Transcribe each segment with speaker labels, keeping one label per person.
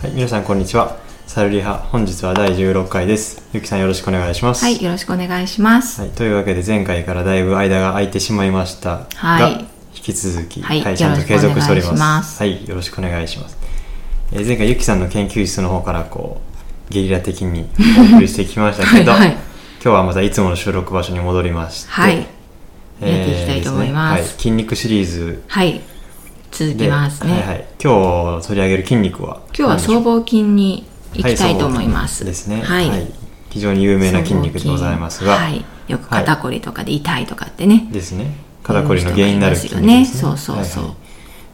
Speaker 1: はい、皆さんこんにちは。サルリハ、本日は第16回です。ゆきさんよろしくお願いします。
Speaker 2: はい、よろしくお願いします。
Speaker 1: はいというわけで前回からだいぶ間が空いてしまいましたが、
Speaker 2: はい
Speaker 1: 引き続き、
Speaker 2: はい
Speaker 1: ちゃんと継続しております
Speaker 2: よ
Speaker 1: はい、よろしくお願いします。えー前回ゆきさんの研究室の方からこうゲリラ的にお送りしてきましたけど、
Speaker 2: はいはい
Speaker 1: 今日はまたいつもの収録場所に戻りまして、
Speaker 2: はい、
Speaker 1: え
Speaker 2: やっていきたいと思い
Speaker 1: で
Speaker 2: ます
Speaker 1: ねはい、筋肉シリーズ
Speaker 2: はい、続
Speaker 1: で
Speaker 2: きますね。
Speaker 1: はいはい、今日取り上げる筋肉は
Speaker 2: 今日は僧帽筋に行きたいと思います。
Speaker 1: はいそうですね、
Speaker 2: はい、
Speaker 1: 非常に有名な筋肉でございますが、
Speaker 2: 僧帽筋はい、よく肩こりとかで痛いとかってね。
Speaker 1: ですね肩こりの原因になる筋肉です
Speaker 2: 言
Speaker 1: ね
Speaker 2: いますよねそうそうそう
Speaker 1: はいはい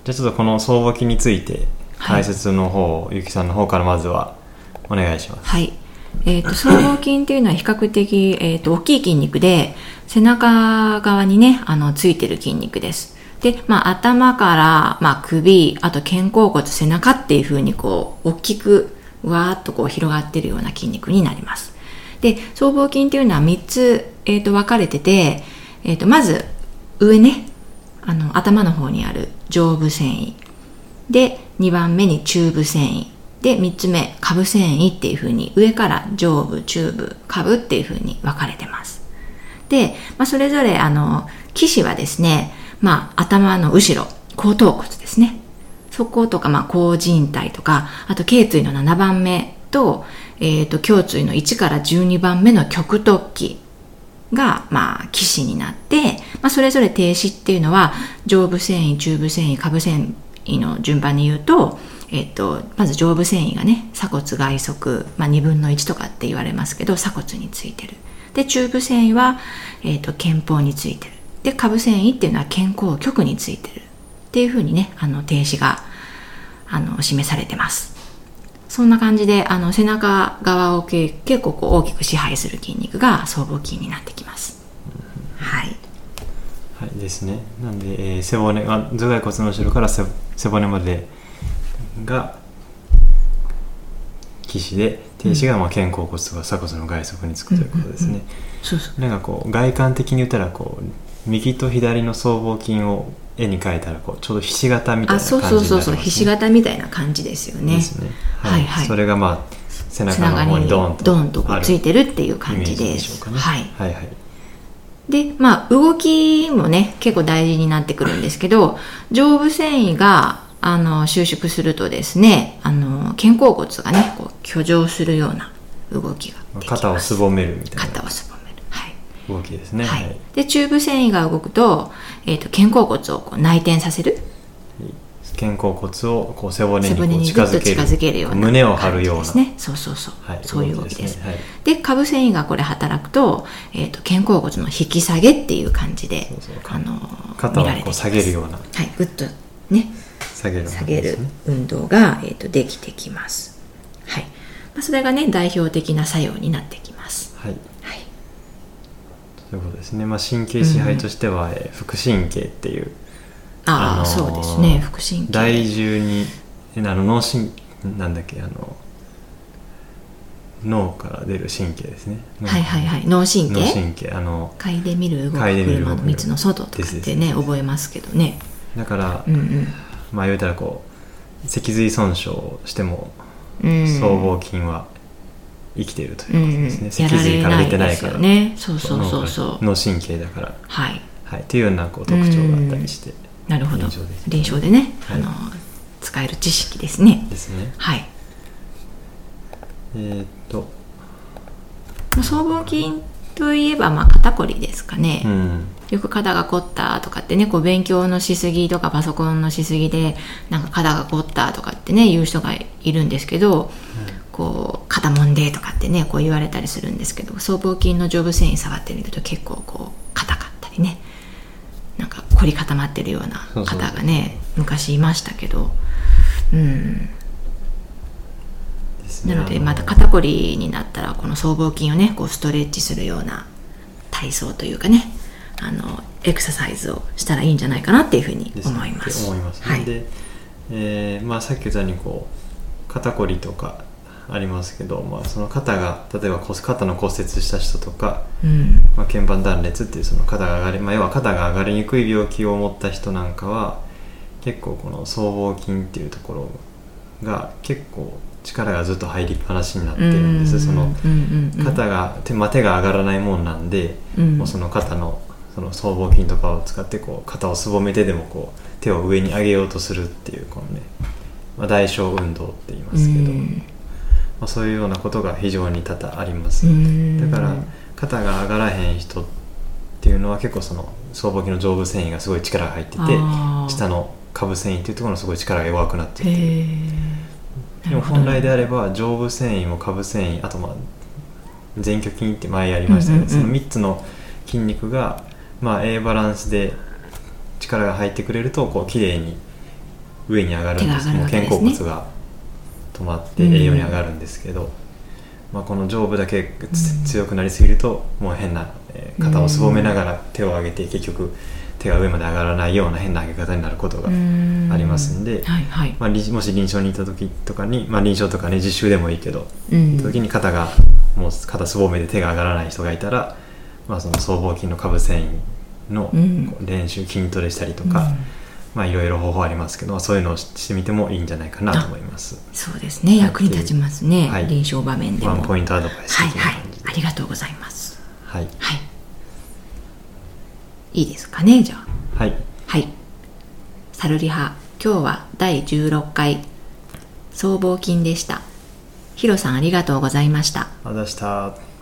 Speaker 1: じゃあちょっとこの僧帽筋について
Speaker 2: は
Speaker 1: 解
Speaker 2: い
Speaker 1: 説の方、ゆきさんの方からまずはお願いします
Speaker 2: はい。えっ、と、僧帽筋っていうのは比較的、えっ、と、大きい筋肉で、背中側にね、あの、ついてる筋肉です。で、まあ、頭から、まあ、首、あと肩甲骨、背中っていう風にこう、大きく、わーっとこう、広がってるような筋肉になります。で、僧帽筋っていうのは3つ、えっ、と、分かれてて、えっ、と、まず、上ね、あの、頭の方にある上部繊維。で2番目に中部繊維で3つ目下部繊維っていう風に上から上部中部下部っていう風に分かれてますで、まあ、それぞれあの騎士はですね、まあ、頭の後ろ後頭骨ですねそことか、まあ、後靭帯とかあと頸椎の7番目と,、えー、と胸椎の1から12番目の極突起が、まあ、騎士になって、まあ、それぞれ停止っていうのは、上部繊維、中部繊維、下部繊維の順番に言うと、えっと、まず上部繊維がね、鎖骨外側、まあ、2分の1とかって言われますけど、鎖骨についてる。で、中部繊維は、えっと、肩峰についてる。で、下部繊維っていうのは肩甲極についてる。っていうふうにね、あの、停止が、あの、示されてます。そんな感じで、あの、背中側をけ結構こう大きく支配する筋肉が僧帽筋になってきます。はい。
Speaker 1: はいですねなんで、えー背骨が頭蓋骨の後ろから背背骨までが騎士で停止がまあ肩甲骨とか鎖骨の外側につくということですね、
Speaker 2: そうそう。
Speaker 1: なんかこう外観的に言ったらこう右と左の僧帽筋を絵に描いたらこうちょうどひし形みたい
Speaker 2: あ、
Speaker 1: な
Speaker 2: そ
Speaker 1: 感
Speaker 2: う
Speaker 1: じになり
Speaker 2: そ
Speaker 1: ま
Speaker 2: う
Speaker 1: すね。
Speaker 2: そうそう。ひし形みたいな感じですよね。
Speaker 1: ですね。
Speaker 2: はいはい
Speaker 1: それがまあ背
Speaker 2: 背
Speaker 1: 中の
Speaker 2: 中
Speaker 1: 方
Speaker 2: に
Speaker 1: にドーンと
Speaker 2: ドンとこうついて
Speaker 1: る
Speaker 2: るっていう感じ
Speaker 1: イメージ
Speaker 2: で
Speaker 1: でしょ
Speaker 2: す。
Speaker 1: うかね。
Speaker 2: はい。
Speaker 1: はいはい。
Speaker 2: で、まあ、動きもね、結構大事になってくるんですけど、上部繊維が、あの、収縮するとですね、あの、肩甲骨がね、こう、挙上するような動きができます。
Speaker 1: 肩をすぼめるみたいな
Speaker 2: 肩をすぼめる。はい。
Speaker 1: 動きですね。
Speaker 2: はい、で中部繊維が動くと,、えー、と肩甲骨をこう内転させる
Speaker 1: 肩甲骨をこう背骨に
Speaker 2: 背
Speaker 1: こう
Speaker 2: 骨にぐ
Speaker 1: 近
Speaker 2: っと
Speaker 1: づけ
Speaker 2: 近
Speaker 1: る
Speaker 2: づけるような
Speaker 1: 胸を張るよう
Speaker 2: 感
Speaker 1: な
Speaker 2: じですねそうそうそう、
Speaker 1: はい
Speaker 2: そういう動きです
Speaker 1: 動きですねはい
Speaker 2: で下部繊維がこれ働くと,、えー、と肩甲骨の引き下げっていう感じで
Speaker 1: そうそう
Speaker 2: あのー
Speaker 1: 肩を
Speaker 2: 見られて
Speaker 1: こ
Speaker 2: き
Speaker 1: う
Speaker 2: ます
Speaker 1: 下げるような
Speaker 2: はいぐっとね
Speaker 1: 下げるような
Speaker 2: 下げる運動が、えー、とできてきますはい、まあ、それがね代表的な作用になってきます
Speaker 1: はい。
Speaker 2: はい
Speaker 1: ということですね。まあ神経支配としては、えー副神経っていう
Speaker 2: ああ、
Speaker 1: のー
Speaker 2: そうですね腹心
Speaker 1: 第
Speaker 2: 筋
Speaker 1: 十にえあの脳神なんだっけあの脳から出る神経ですね。
Speaker 2: はいはいはい脳神
Speaker 1: 脳
Speaker 2: 経
Speaker 1: 神経あの
Speaker 2: 嗅いでみる動く
Speaker 1: 嗅いでみる動
Speaker 2: 車
Speaker 1: く
Speaker 2: の道の外と
Speaker 1: で
Speaker 2: かっ
Speaker 1: す
Speaker 2: てね覚えますけどね
Speaker 1: だから、
Speaker 2: うんうん
Speaker 1: まあ言うたらこう脊髄損傷をしても
Speaker 2: うん
Speaker 1: 僧帽筋は生きているという
Speaker 2: う
Speaker 1: こ
Speaker 2: ん
Speaker 1: と
Speaker 2: うん
Speaker 1: ですね、
Speaker 2: や
Speaker 1: 脊
Speaker 2: ら
Speaker 1: 髄
Speaker 2: れ
Speaker 1: から
Speaker 2: な
Speaker 1: 出
Speaker 2: い
Speaker 1: てな
Speaker 2: で
Speaker 1: い
Speaker 2: す
Speaker 1: か
Speaker 2: よ
Speaker 1: ら
Speaker 2: ねそうそうそうそ
Speaker 1: 脳から
Speaker 2: う
Speaker 1: 脳神経だから
Speaker 2: はい
Speaker 1: はいっていうようなこう特徴があったりして
Speaker 2: なるほど
Speaker 1: 臨床です
Speaker 2: 臨床でね
Speaker 1: は
Speaker 2: あ
Speaker 1: い
Speaker 2: の使える知識ですね
Speaker 1: ですね
Speaker 2: はい
Speaker 1: えーっと
Speaker 2: まあ僧帽筋といえばまあ肩こりですかね
Speaker 1: うん
Speaker 2: よく肩が凝ったとかってねこう勉強のしすぎとかパソコンのしすぎでなんか肩が凝ったとかってね言う人がいるんですけど、こう肩もんでとかってねこう言われたりするんですけど僧帽筋の上部繊維触ってみると結構こう硬かったりねなんか凝り固まってるよう
Speaker 1: そ
Speaker 2: な
Speaker 1: うそう
Speaker 2: 方がね昔いましたけどうん
Speaker 1: ですね
Speaker 2: なの
Speaker 1: あ
Speaker 2: でまた肩こりになったらこの僧帽筋をねこうストレッチするような体操というかねあのエクササイズをしたらいいんじゃないかなっていうふうに
Speaker 1: ですね
Speaker 2: 思います。
Speaker 1: 思います、
Speaker 2: はい、
Speaker 1: で、えーまあ、さっき言ったようにこう肩こりとかありますけど、まあ、その肩が例えば骨肩の骨折した人とか、
Speaker 2: うん、
Speaker 1: まあ、腱板断裂っていうその肩が上がり、まあ、要は肩が上がりにくい病気を持った人なんかは結構この僧帽筋っていうところが結構力がずっと入りっぱなしになってるんです、その肩が手,、まあ手が上がらないもんなんで、
Speaker 2: うん
Speaker 1: もうその肩のその僧帽筋とかを使ってこう肩をすぼめてでもこう手を上に上げようとするっていうこのね、まあ、代償運動って言いますけど、
Speaker 2: うん
Speaker 1: まあ、そういうようなことが非常に多々あります、
Speaker 2: うん
Speaker 1: だから肩が上がらへん人っていうのは結構その僧帽筋の上部繊維がすごい力が入ってて
Speaker 2: あー
Speaker 1: 下の下部繊維っていうところのすごい力が弱くなっちゃってる
Speaker 2: へえ
Speaker 1: でも本来であれば上部繊維も下部繊維あとまあ前鋸筋って前やりましたけど、
Speaker 2: うんうんうん
Speaker 1: その3つの筋肉がまあ A バランスで力が入ってくれるとこう綺麗に上に上がるんです
Speaker 2: 手
Speaker 1: もう
Speaker 2: が上がるわ
Speaker 1: 肩
Speaker 2: けです
Speaker 1: 甲
Speaker 2: ね
Speaker 1: 骨が止まって栄養に上がるんですけど、まあ、この上部だけつ
Speaker 2: うん
Speaker 1: 強くなりすぎるともう変な、えー肩をすぼめながら手を上げて結局手が上まで上がらないような変な上げ方になることがありますんで
Speaker 2: はいはい、
Speaker 1: まあ、臨もし臨床に行った時とかに、まあ、臨床とかね実習でもいいけど、
Speaker 2: うん
Speaker 1: 時に肩がもう肩すぼめで手が上がらない人がいたら、まあ、その僧帽筋の下部繊維の
Speaker 2: うん
Speaker 1: こう練習、筋トレしたりとか、
Speaker 2: うん
Speaker 1: まあいろいろ方法ありますけど、まあ、そういうのをししてみてもいいんじゃないかなと思います。
Speaker 2: そうですね役に立ちますね、
Speaker 1: はい
Speaker 2: 臨床場面でも
Speaker 1: ワンポイントアドバイス
Speaker 2: はい
Speaker 1: 的な
Speaker 2: はい
Speaker 1: 感じで、
Speaker 2: ありがとうございます
Speaker 1: はい、
Speaker 2: はいいいですかねじゃあ
Speaker 1: はい
Speaker 2: はいサルリハ今日は第16回僧帽筋でしたヒロさんありがとうございました
Speaker 1: ありがとうございました。